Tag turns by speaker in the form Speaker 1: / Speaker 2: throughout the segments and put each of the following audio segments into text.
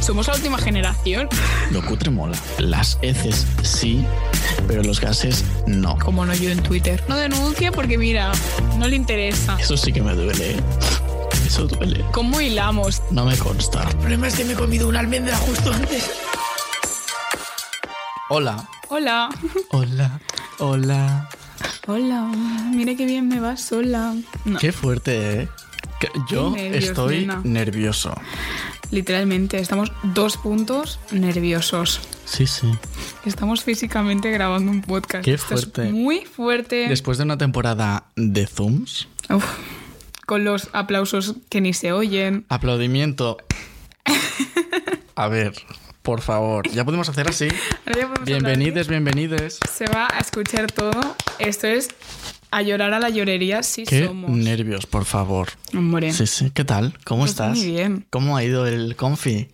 Speaker 1: somos la última generación.
Speaker 2: Lo cutre mola. Las heces sí, pero los gases no.
Speaker 1: Como no yo en Twitter. No denuncia porque mira, no le interesa.
Speaker 2: Eso sí que me duele. ¿eh? Eso duele.
Speaker 1: ¿Cómo hilamos?
Speaker 2: No me consta.
Speaker 3: El problema es que me he comido una almendra justo antes.
Speaker 2: Hola.
Speaker 1: Hola.
Speaker 2: Hola. Hola.
Speaker 1: Hola. Mira qué bien me va sola. No,
Speaker 2: Qué fuerte, ¿eh? Que Yo
Speaker 1: Qué nervios,
Speaker 2: estoy
Speaker 1: nena.
Speaker 2: nervioso.
Speaker 1: literalmente, estamos dos puntos nerviosos.
Speaker 2: Sí, sí.
Speaker 1: Estamos físicamente grabando un podcast.
Speaker 2: Qué
Speaker 1: Esto es
Speaker 2: fuerte.
Speaker 1: muy fuerte.
Speaker 2: Después de una temporada de Zooms,
Speaker 1: Uf, con los aplausos que ni se oyen.
Speaker 2: aplaudimiento. A ver, por favor, ya podemos hacer así.
Speaker 1: Ahora ya podemos hablar.
Speaker 2: Bienvenides, bienvenides.
Speaker 1: Se va a escuchar todo. Esto es a llorar a la llorería si
Speaker 2: Qué
Speaker 1: somos.
Speaker 2: nervios, por favor.
Speaker 1: Hombre.
Speaker 2: Sí, sí, ¿qué tal? ¿Cómo
Speaker 1: Pues
Speaker 2: estás?
Speaker 1: muy bien.
Speaker 2: ¿Cómo ha ido el confi?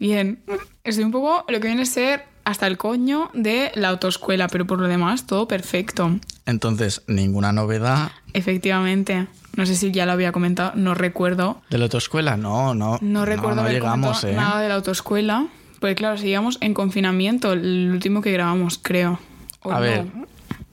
Speaker 1: Bien. Estoy un poco lo que viene a ser hasta el coño de la autoescuela, pero por lo demás todo perfecto.
Speaker 2: Entonces, ninguna novedad
Speaker 1: Efectivamente. No sé si ya lo había comentado, no recuerdo.
Speaker 2: de la autoescuela. No, no.
Speaker 1: No recuerdo
Speaker 2: no
Speaker 1: haber
Speaker 2: llegamos,
Speaker 1: comentado
Speaker 2: ¿eh?
Speaker 1: nada de la autoescuela. Porque claro, seguíamos en confinamiento, el último que grabamos, creo. ¿O
Speaker 2: A
Speaker 1: no?
Speaker 2: ver,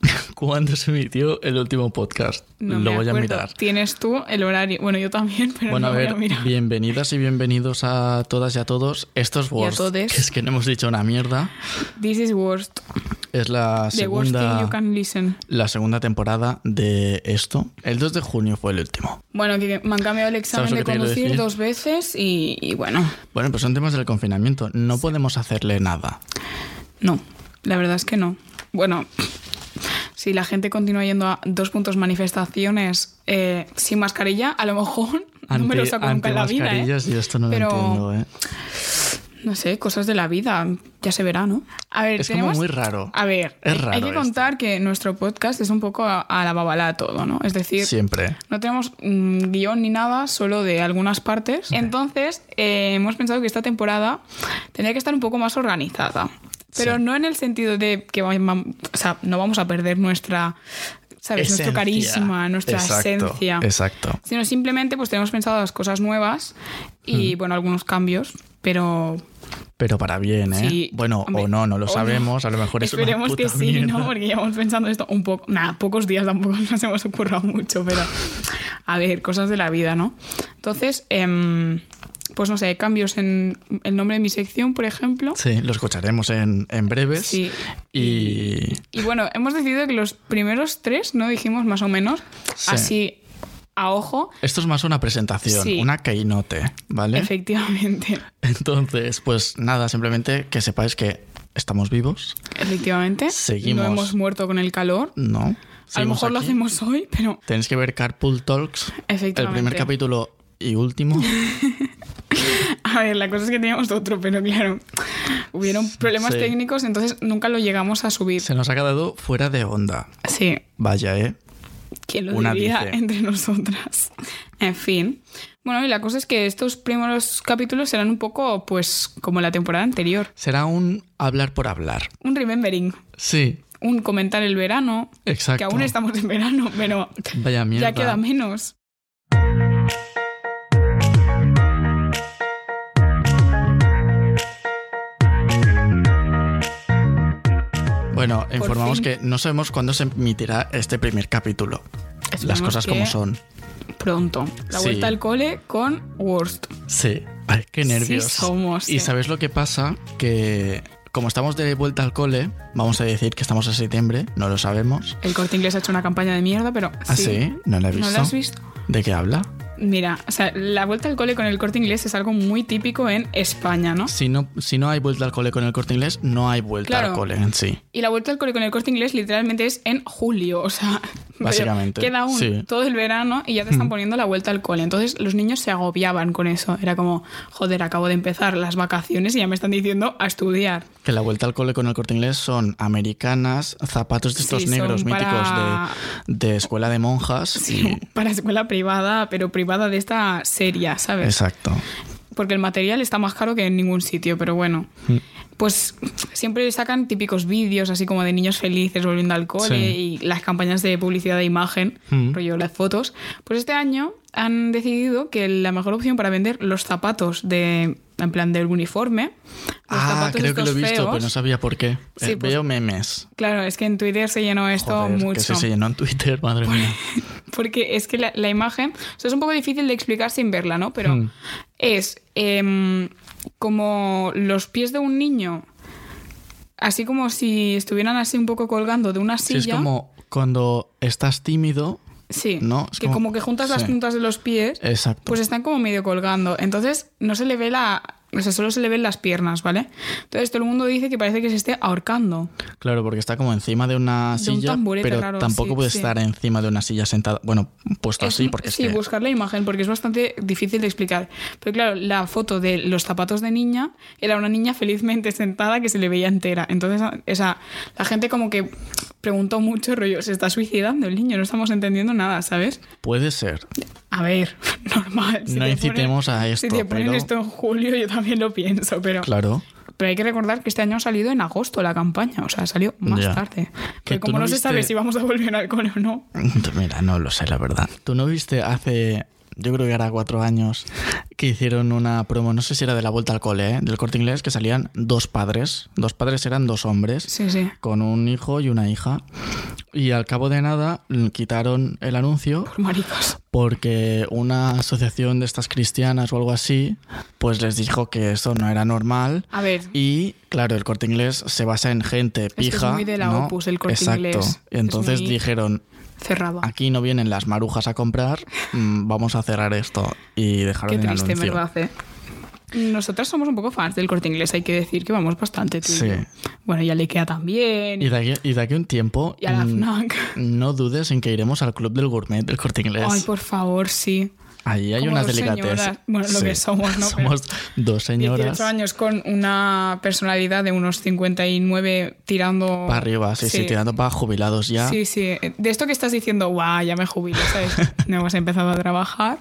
Speaker 2: ¿Cuándo se emitió el último podcast?
Speaker 1: No
Speaker 2: Lo
Speaker 1: me
Speaker 2: voy a
Speaker 1: acuerdo.
Speaker 2: mirar.
Speaker 1: Tienes tú el horario. Bueno, yo también, pero
Speaker 2: Bueno,
Speaker 1: no
Speaker 2: a
Speaker 1: voy
Speaker 2: ver,
Speaker 1: mirar.
Speaker 2: bienvenidas y bienvenidos a todas y a todos. Esto es Worst,
Speaker 1: todes.
Speaker 2: que es que no hemos dicho una mierda.
Speaker 1: This is worst.
Speaker 2: Es la
Speaker 1: The worst thing you
Speaker 2: segunda,
Speaker 1: can listen.
Speaker 2: la segunda temporada de esto. El 2 de junio fue el último.
Speaker 1: Bueno, que me han cambiado el examen
Speaker 2: ¿Sabes lo
Speaker 1: de
Speaker 2: que te quiero
Speaker 1: conducir
Speaker 2: decir?
Speaker 1: dos veces y, y bueno,
Speaker 2: Bueno, pues son temas del confinamiento. No podemos hacerle nada.
Speaker 1: no, la verdad es que no. Bueno, si la gente continúa yendo a dos puntos manifestaciones eh, sin mascarilla, a lo mejor no me lo saco nunca en la vida, ¿eh?
Speaker 2: mascarillas, yo esto no
Speaker 1: Pero-
Speaker 2: lo entiendo, ¿eh?
Speaker 1: No sé, cosas de la vida, ya se verá, ¿no? A ver,
Speaker 2: Es
Speaker 1: tenemos...
Speaker 2: como muy raro.
Speaker 1: A ver,
Speaker 2: Es
Speaker 1: hay- hay
Speaker 2: raro
Speaker 1: que
Speaker 2: esto.
Speaker 1: contar que nuestro podcast es un poco a, a la babalá todo, ¿no? Es decir,
Speaker 2: Siempre.
Speaker 1: No tenemos mm, guión ni nada, solo de algunas partes. Entonces, eh, hemos pensado que esta temporada tendría que estar un poco más organizada. Pero
Speaker 2: Sí.
Speaker 1: no en el sentido de que va- va- o sea, no vamos a perder nuestra, ¿sabes? nuestro
Speaker 2: Esencia.
Speaker 1: carisma, nuestra
Speaker 2: Exacto,
Speaker 1: esencia.
Speaker 2: Exacto.
Speaker 1: Sino simplemente pues tenemos pensado las cosas nuevas y,
Speaker 2: Mm.
Speaker 1: bueno, algunos cambios, pero
Speaker 2: Pero para bien, ¿eh?
Speaker 1: Sí,
Speaker 2: bueno,
Speaker 1: hombre,
Speaker 2: o no, no
Speaker 1: o
Speaker 2: lo
Speaker 1: no.
Speaker 2: sabemos. A lo mejor es
Speaker 1: Esperemos
Speaker 2: una puta
Speaker 1: que sí,
Speaker 2: mierda.
Speaker 1: ¿no? Porque llevamos pensando esto un poco. Nada, pocos días tampoco nos hemos ocurrido mucho, pero. A ver, cosas de la vida, ¿no? Entonces, em, pues no sé, hay cambios en el nombre de mi sección, por ejemplo.
Speaker 2: Sí, lo escucharemos en, en breves.
Speaker 1: Sí.
Speaker 2: Y
Speaker 1: Y bueno, hemos decidido que los primeros tres, ¿no? Dijimos más o menos.
Speaker 2: Sí.
Speaker 1: Así, a ojo,
Speaker 2: esto es más una presentación,
Speaker 1: Sí.
Speaker 2: una keynote, ¿vale?
Speaker 1: efectivamente.
Speaker 2: Entonces, pues nada, simplemente que sepáis que estamos vivos,
Speaker 1: Efectivamente.
Speaker 2: Seguimos.
Speaker 1: No hemos muerto con el calor.
Speaker 2: ¿no?
Speaker 1: A lo
Speaker 2: Seguimos
Speaker 1: mejor lo
Speaker 2: aquí.
Speaker 1: hacemos hoy, pero
Speaker 2: Tenéis que ver Carpool Talks, el
Speaker 1: efectivamente.
Speaker 2: primer capítulo y último.
Speaker 1: A ver, la cosa es que teníamos otro, pero claro, hubieron problemas
Speaker 2: Sí.
Speaker 1: técnicos, entonces nunca lo llegamos a subir.
Speaker 2: Se nos ha quedado fuera de onda.
Speaker 1: Sí,
Speaker 2: Vaya, ¿eh?
Speaker 1: ¿quién lo
Speaker 2: Una
Speaker 1: diría
Speaker 2: dice.
Speaker 1: entre nosotras? En fin. Bueno, y la cosa es que estos primeros capítulos serán un poco, pues, como la temporada anterior.
Speaker 2: Será un hablar por hablar.
Speaker 1: Un remembering,
Speaker 2: Sí,
Speaker 1: un comentar el verano,
Speaker 2: exacto.
Speaker 1: que aún estamos en verano, pero
Speaker 2: Vaya mierda.
Speaker 1: ya queda menos.
Speaker 2: Bueno, informamos
Speaker 1: fin.
Speaker 2: que no sabemos cuándo se emitirá este primer capítulo. Las
Speaker 1: Esperemos
Speaker 2: cosas
Speaker 1: que
Speaker 2: como son.
Speaker 1: Pronto. La
Speaker 2: Sí.
Speaker 1: vuelta al cole con Worst.
Speaker 2: Sí. Ay, qué
Speaker 1: Sí
Speaker 2: nervios.
Speaker 1: somos, sí.
Speaker 2: Y sabes lo que pasa? Que como estamos de vuelta al cole, vamos a decir que estamos en septiembre, no lo sabemos.
Speaker 1: El corte inglés ha hecho una campaña de mierda, pero.
Speaker 2: ¿Ah, sí? ¿No la he visto?
Speaker 1: ¿No la has visto?
Speaker 2: ¿De qué habla?
Speaker 1: Mira, o sea, la vuelta al cole con el corte inglés es algo muy típico en España, ¿no?
Speaker 2: Si no, si no hay vuelta al cole con el corte inglés, no hay vuelta
Speaker 1: Claro.
Speaker 2: al cole en sí.
Speaker 1: Y la vuelta al cole con el corte inglés literalmente es en julio, o sea, pero
Speaker 2: Básicamente,
Speaker 1: queda aún
Speaker 2: sí.
Speaker 1: todo el verano y ya te están poniendo la vuelta al cole. Entonces los niños se agobiaban con eso. Era como, joder, acabo de empezar las vacaciones y ya me están diciendo a estudiar.
Speaker 2: Que la vuelta al cole con el corte inglés son americanas, zapatos de estos
Speaker 1: Sí, son
Speaker 2: negros míticos
Speaker 1: para-
Speaker 2: de, de escuela de monjas.
Speaker 1: Sí,
Speaker 2: y-
Speaker 1: para escuela privada, pero privada de esta seria, ¿sabes?
Speaker 2: Exacto.
Speaker 1: porque el material está más caro que en ningún sitio, pero bueno.
Speaker 2: Mm.
Speaker 1: Pues siempre sacan típicos vídeos así como de niños felices volviendo al cole y las campañas de publicidad de imagen,
Speaker 2: Mm.
Speaker 1: rollo las fotos. Pues este año han decidido que la mejor opción para vender los zapatos de en plan del uniforme. Los
Speaker 2: Ah,
Speaker 1: zapatos
Speaker 2: creo que lo he
Speaker 1: estos
Speaker 2: visto,
Speaker 1: feos.
Speaker 2: pues no sabía por qué.
Speaker 1: Sí,
Speaker 2: Eh,
Speaker 1: pues-
Speaker 2: Veo memes.
Speaker 1: Claro, es que en Twitter se llenó esto
Speaker 2: Joder,
Speaker 1: mucho.
Speaker 2: que se, se llenó en Twitter, madre mía.
Speaker 1: Porque es que la, la imagen, o sea, es un poco difícil de explicar sin verla, ¿no? Pero
Speaker 2: Mm.
Speaker 1: es em, como los pies de un niño, así como si estuvieran así un poco colgando de una
Speaker 2: Sí,
Speaker 1: silla.
Speaker 2: es como cuando estás tímido.
Speaker 1: Sí,
Speaker 2: ¿no? Es
Speaker 1: que
Speaker 2: como-
Speaker 1: como que juntas las
Speaker 2: sí. Eh.
Speaker 1: puntas de los pies,
Speaker 2: Exacto.
Speaker 1: pues están como medio colgando. Entonces no se le ve la... O sea, solo se le ven las piernas, ¿vale? Entonces todo el mundo dice que parece que se esté ahorcando.
Speaker 2: Claro, porque está como encima de una
Speaker 1: De un
Speaker 2: silla,
Speaker 1: tamborete
Speaker 2: pero
Speaker 1: raro,
Speaker 2: tampoco
Speaker 1: sí,
Speaker 2: puede
Speaker 1: sí.
Speaker 2: estar encima de una silla sentada. Bueno, puesto
Speaker 1: Es-
Speaker 2: así, Ah, porque es
Speaker 1: sí,
Speaker 2: que-
Speaker 1: buscar la imagen, porque es bastante difícil de explicar. Pero claro, la foto de los zapatos de niña era una niña felizmente sentada que se le veía entera. Entonces, o sea, la gente como que preguntó mucho, rollo, se está suicidando el niño, no estamos entendiendo nada, ¿sabes?
Speaker 2: puede ser.
Speaker 1: A ver, normal.
Speaker 2: No
Speaker 1: te
Speaker 2: incitemos a esto,
Speaker 1: Si te ponen
Speaker 2: pero-
Speaker 1: esto en julio, yo también lo pienso, pero...
Speaker 2: Claro.
Speaker 1: Pero hay que recordar que este año ha salido en agosto la campaña, o sea, salió más
Speaker 2: Ya.
Speaker 1: tarde. Que
Speaker 2: Que tú
Speaker 1: como
Speaker 2: no
Speaker 1: no, se
Speaker 2: viste-
Speaker 1: sabe si vamos a volver al cole o no.
Speaker 2: Mira, no lo sé, la verdad. ¿Tú no viste hace, yo creo que era cuatro años, que hicieron una promo, no sé si era de la vuelta al cole, ¿eh? del corte inglés, que salían dos padres. Dos padres eran dos hombres.
Speaker 1: Sí, sí.
Speaker 2: Con un hijo y una hija. Y al cabo de nada mm, quitaron el anuncio
Speaker 1: Por maricas.
Speaker 2: porque una asociación de estas cristianas o algo así, pues les dijo que eso no era normal.
Speaker 1: A ver,
Speaker 2: Y claro, el corte inglés se basa en gente
Speaker 1: que es
Speaker 2: pija.
Speaker 1: muy de la
Speaker 2: ¿no?
Speaker 1: Opus, el Corte
Speaker 2: Exacto.
Speaker 1: Inglés.
Speaker 2: Y entonces
Speaker 1: Es muy-
Speaker 2: dijeron,
Speaker 1: cerrado.
Speaker 2: aquí no vienen las marujas a comprar, mm, vamos a cerrar esto. Y dejaron
Speaker 1: Qué
Speaker 2: el
Speaker 1: triste,
Speaker 2: anuncio.
Speaker 1: ¿verdad? eh? Nosotras somos un poco fans del corte inglés, hay que decir que vamos bastante. Tú y
Speaker 2: Sí.
Speaker 1: yo. Bueno, ya le queda también.
Speaker 2: Y
Speaker 1: Y,
Speaker 2: de aquí, y de aquí a un tiempo,
Speaker 1: a la
Speaker 2: mm,
Speaker 1: FNAC.
Speaker 2: no dudes en que iremos al club del gourmet del corte inglés.
Speaker 1: Ay, por favor, sí.
Speaker 2: Ahí hay
Speaker 1: como
Speaker 2: unas
Speaker 1: dos
Speaker 2: delicateces.
Speaker 1: señoras. Bueno, lo que somos, ¿no?
Speaker 2: Somos
Speaker 1: 18
Speaker 2: dos señoras.
Speaker 1: años con una personalidad de unos 59 tirando.
Speaker 2: Para arriba, sí, sí, tirando para jubilados ya.
Speaker 1: Sí, sí. De esto que estás diciendo, guau, ya me jubilo, ¿sabes? no hemos empezado a trabajar.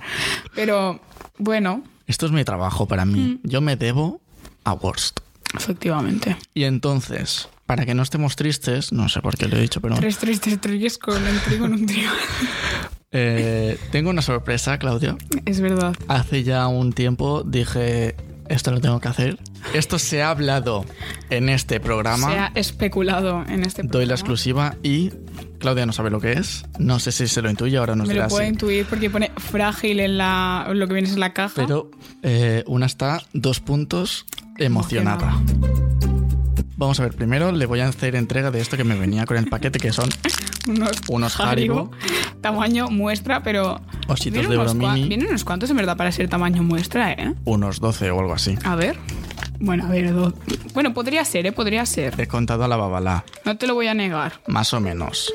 Speaker 1: Pero bueno,
Speaker 2: Esto es mi trabajo para
Speaker 1: Mm.
Speaker 2: mí. Yo me debo a Worst.
Speaker 1: efectivamente.
Speaker 2: Y entonces, para que no estemos tristes, no sé por qué lo he dicho, pero
Speaker 1: Tres, tres, tres, tres con un trigo en un trigo.
Speaker 2: eh, tengo una sorpresa, Claudio.
Speaker 1: es verdad.
Speaker 2: Hace ya un tiempo dije, esto lo tengo que hacer. Esto se ha hablado en este programa.
Speaker 1: se ha especulado en este programa.
Speaker 2: Doy la exclusiva y Claudia no sabe lo que es. No sé si se lo intuye, ahora nos
Speaker 1: Me
Speaker 2: dirá
Speaker 1: lo puedo
Speaker 2: sí.
Speaker 1: intuir porque pone frágil en la, lo que viene es la caja.
Speaker 2: Pero eh, una está dos puntos emocionada. Vamos a ver, primero le voy a hacer entrega de esto que me venía con el paquete, que son
Speaker 1: Unos,
Speaker 2: Unos Haribo.
Speaker 1: Tamaño muestra, pero.
Speaker 2: Ositos
Speaker 1: vienen
Speaker 2: de
Speaker 1: unos cua-
Speaker 2: bromini.
Speaker 1: Vienen unos cuantos en verdad para ser tamaño muestra, ¿eh?
Speaker 2: unos 12 o algo así.
Speaker 1: A ver. Bueno, a ver. do- Bueno, podría ser, ¿eh? Podría ser.
Speaker 2: He contado a la babalá,
Speaker 1: No te lo voy a negar.
Speaker 2: más o menos.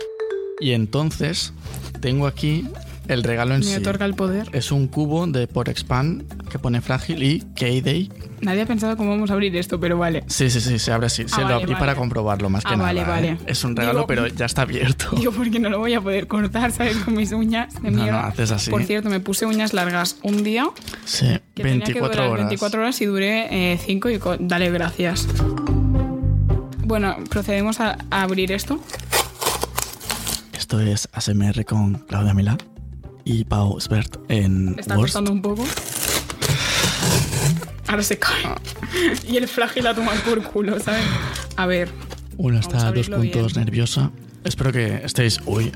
Speaker 2: Y entonces tengo aquí el regalo en
Speaker 1: Me
Speaker 2: sí.
Speaker 1: otorga el poder.
Speaker 2: Es un cubo de Porexpan que pone frágil y K-Day.
Speaker 1: Nadie ha pensado cómo vamos a abrir esto, pero vale.
Speaker 2: Sí, sí, sí, se abre así. se
Speaker 1: Ah, vale,
Speaker 2: lo abrí
Speaker 1: vale.
Speaker 2: para comprobarlo, más que
Speaker 1: Ah,
Speaker 2: nada.
Speaker 1: vale,
Speaker 2: ¿eh?
Speaker 1: vale.
Speaker 2: Es un regalo,
Speaker 1: Digo-
Speaker 2: pero ya está abierto.
Speaker 1: Digo, porque no lo voy a poder cortar, ¿sabes? Con mis uñas de
Speaker 2: Oh. No, no,
Speaker 1: mierda.
Speaker 2: haces así.
Speaker 1: Por cierto, me puse uñas largas un día.
Speaker 2: sí,
Speaker 1: Que
Speaker 2: 24
Speaker 1: tenía que durar
Speaker 2: horas.
Speaker 1: 24 horas y duré 5 y co- dale gracias. Bueno, procedemos a, a abrir esto.
Speaker 2: Esto es ASMR con Claudia Milá y Pau Sbert en
Speaker 1: Está
Speaker 2: Worst.
Speaker 1: costando un poco. Ahora se cae. Y el frágil a tomar por culo, ¿sabes? A ver.
Speaker 2: Una
Speaker 1: Vamos
Speaker 2: está
Speaker 1: a
Speaker 2: a dos
Speaker 1: abrirlo
Speaker 2: puntos
Speaker 1: bien.
Speaker 2: nerviosa. Espero que estéis. Uy,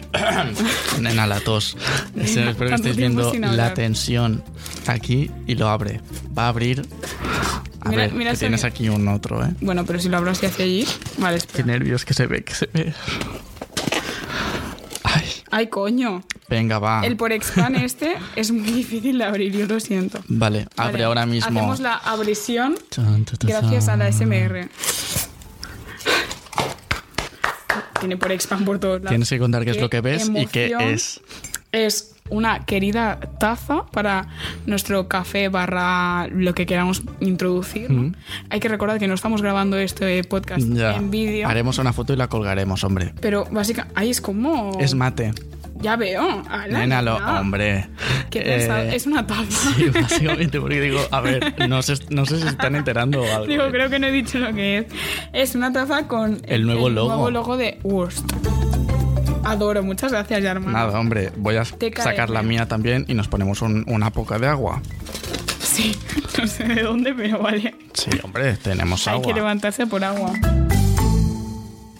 Speaker 2: nena la tos.
Speaker 1: Nena,
Speaker 2: Espero que
Speaker 1: tanto
Speaker 2: estéis
Speaker 1: tiempo
Speaker 2: viendo
Speaker 1: sin
Speaker 2: la
Speaker 1: hablar.
Speaker 2: tensión aquí y lo abre. Va a abrir. A
Speaker 1: Mira-
Speaker 2: ver,
Speaker 1: mira
Speaker 2: que
Speaker 1: ese-
Speaker 2: tienes aquí un otro, ¿eh?
Speaker 1: Bueno, pero si lo abro así hacia allí. Vale,
Speaker 2: Qué
Speaker 1: espera.
Speaker 2: nervios que se ve, que se ve. Ay,
Speaker 1: Ay, coño.
Speaker 2: venga, va.
Speaker 1: El por expand este es muy difícil de abrir, yo lo siento.
Speaker 2: Vale, abre
Speaker 1: Vale,
Speaker 2: ahora mismo.
Speaker 1: Hacemos la abrisión
Speaker 2: Chan, ta, ta,
Speaker 1: gracias a
Speaker 2: chan.
Speaker 1: la SMR. Tiene por expand por todos lados.
Speaker 2: Tienes que contar qué es lo que ves y qué
Speaker 1: emoción.
Speaker 2: es.
Speaker 1: Es una querida taza para nuestro café barra lo que queramos introducir. ¿no? Hay que recordar que no estamos grabando este podcast
Speaker 2: Ya.
Speaker 1: en vídeo.
Speaker 2: Haremos una foto y la colgaremos, hombre.
Speaker 1: Pero básicamente, ahí es como...
Speaker 2: Es mate.
Speaker 1: ya veo. ala,
Speaker 2: Nénalo,
Speaker 1: Oh. nena.
Speaker 2: hombre.
Speaker 1: Qué
Speaker 2: Eh,
Speaker 1: pensado. Es una taza.
Speaker 2: Sí, básicamente, porque digo, a ver, no sé, no sé si se están enterando o algo.
Speaker 1: Digo, creo que no he dicho lo que es. Es una taza con
Speaker 2: El nuevo logo.
Speaker 1: nuevo logo de Worst. Adoro, muchas gracias, ya, hermano.
Speaker 2: Nada, hombre, voy a
Speaker 1: Te cae,
Speaker 2: sacar la
Speaker 1: ¿no?
Speaker 2: mía también y nos ponemos un- una poca de agua.
Speaker 1: Sí, no sé de dónde, pero vale.
Speaker 2: Sí, hombre, tenemos
Speaker 1: Hay que
Speaker 2: Pues agua.
Speaker 1: levantarse por agua.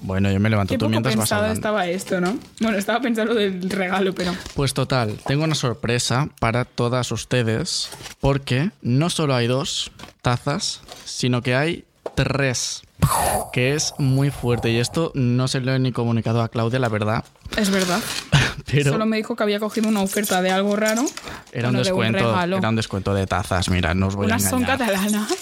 Speaker 2: Bueno, yo me levanto
Speaker 1: Qué
Speaker 2: tú
Speaker 1: poco
Speaker 2: mientras vas
Speaker 1: pensado
Speaker 2: hablando.
Speaker 1: estaba esto, ¿no? Bueno, estaba pensando del regalo, pero...
Speaker 2: Pues total, tengo una sorpresa para todas ustedes, porque no solo hay dos tazas, sino que hay tres, que es muy fuerte. Y esto no se lo he ni comunicado a Claudia, la verdad,
Speaker 1: Es verdad.
Speaker 2: pero
Speaker 1: Solo me dijo que había cogido una oferta de algo raro.
Speaker 2: era un
Speaker 1: bueno, de
Speaker 2: descuento,
Speaker 1: regalo.
Speaker 2: era un descuento de tazas. Mira, no os voy
Speaker 1: Unas
Speaker 2: a
Speaker 1: son
Speaker 2: engañar.
Speaker 1: catalanas.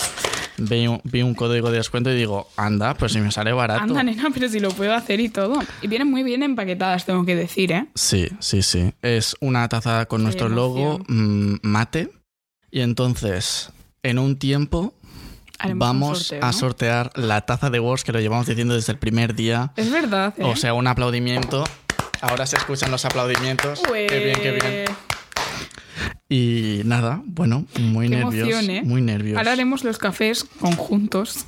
Speaker 2: Vi un, vi un código de descuento y digo, anda, pues si me sale barato.
Speaker 1: Anda, nena, pero si lo puedo hacer y todo. Y vienen muy bien empaquetadas, tengo que decir, ¿eh?
Speaker 2: Sí, sí, sí. Es una taza con
Speaker 1: Qué
Speaker 2: nuestro logo mm, mate. Y entonces, en un tiempo,
Speaker 1: Haremos un
Speaker 2: vamos
Speaker 1: sorteo,
Speaker 2: a
Speaker 1: ¿no?
Speaker 2: sortear la taza de Wars que lo llevamos diciendo desde el primer día.
Speaker 1: Es verdad, ¿eh?
Speaker 2: O sea, un aplaudimiento. Ahora se escuchan los aplaudimientos.
Speaker 1: Ué.
Speaker 2: Qué bien, qué
Speaker 1: Pues,
Speaker 2: bien. Y nada, bueno, muy
Speaker 1: Qué
Speaker 2: nervios.
Speaker 1: emoción, ¿eh?
Speaker 2: Muy nervios.
Speaker 1: Ahora haremos los cafés conjuntos,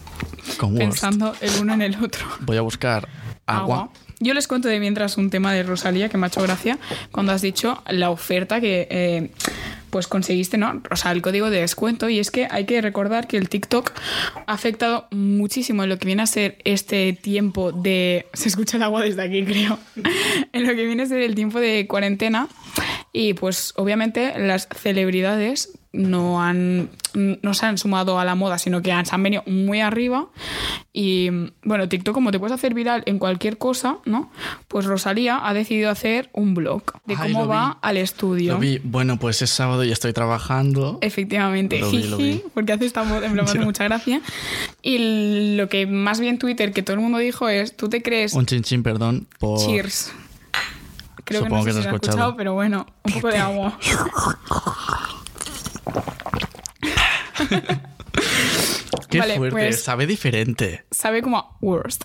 Speaker 2: con Wars.
Speaker 1: pensando el uno en el otro.
Speaker 2: Voy a buscar agua.
Speaker 1: Yo les cuento de mientras un tema de Rosalía que me ha hecho gracia cuando has dicho la oferta que eh, pues conseguiste, ¿no? O sea, el código de descuento. Y es que hay que recordar que el TikTok ha afectado muchísimo en lo que viene a ser este tiempo de. Se escucha el agua desde aquí, creo. en lo que viene a ser el tiempo de cuarentena. Y pues obviamente las celebridades no han no se han sumado a la moda, sino que han, se han venido muy arriba. Y bueno, TikTok, como te puedes hacer viral en cualquier cosa, ¿no? Pues Rosalía ha decidido hacer un blog de
Speaker 2: Ay,
Speaker 1: cómo
Speaker 2: lo
Speaker 1: va
Speaker 2: vi.
Speaker 1: al estudio.
Speaker 2: Lo vi. Bueno, pues es sábado y estoy trabajando.
Speaker 1: Efectivamente,
Speaker 2: Lo vi, lo vi.
Speaker 1: jiji, porque hace esta moda, en plan, me hace mucha gracia. Y lo que más bien Twitter que todo el mundo dijo es, ¿tú te crees?
Speaker 2: Un chinchín, perdón. Por...
Speaker 1: Cheers. Creo
Speaker 2: Supongo
Speaker 1: que
Speaker 2: que
Speaker 1: no
Speaker 2: lo
Speaker 1: sé
Speaker 2: he
Speaker 1: si lo has
Speaker 2: escuchado.
Speaker 1: escuchado, pero bueno, un poco de agua.
Speaker 2: Qué
Speaker 1: Vale,
Speaker 2: fuerte.
Speaker 1: pues-
Speaker 2: Sabe diferente.
Speaker 1: Sabe como a worst.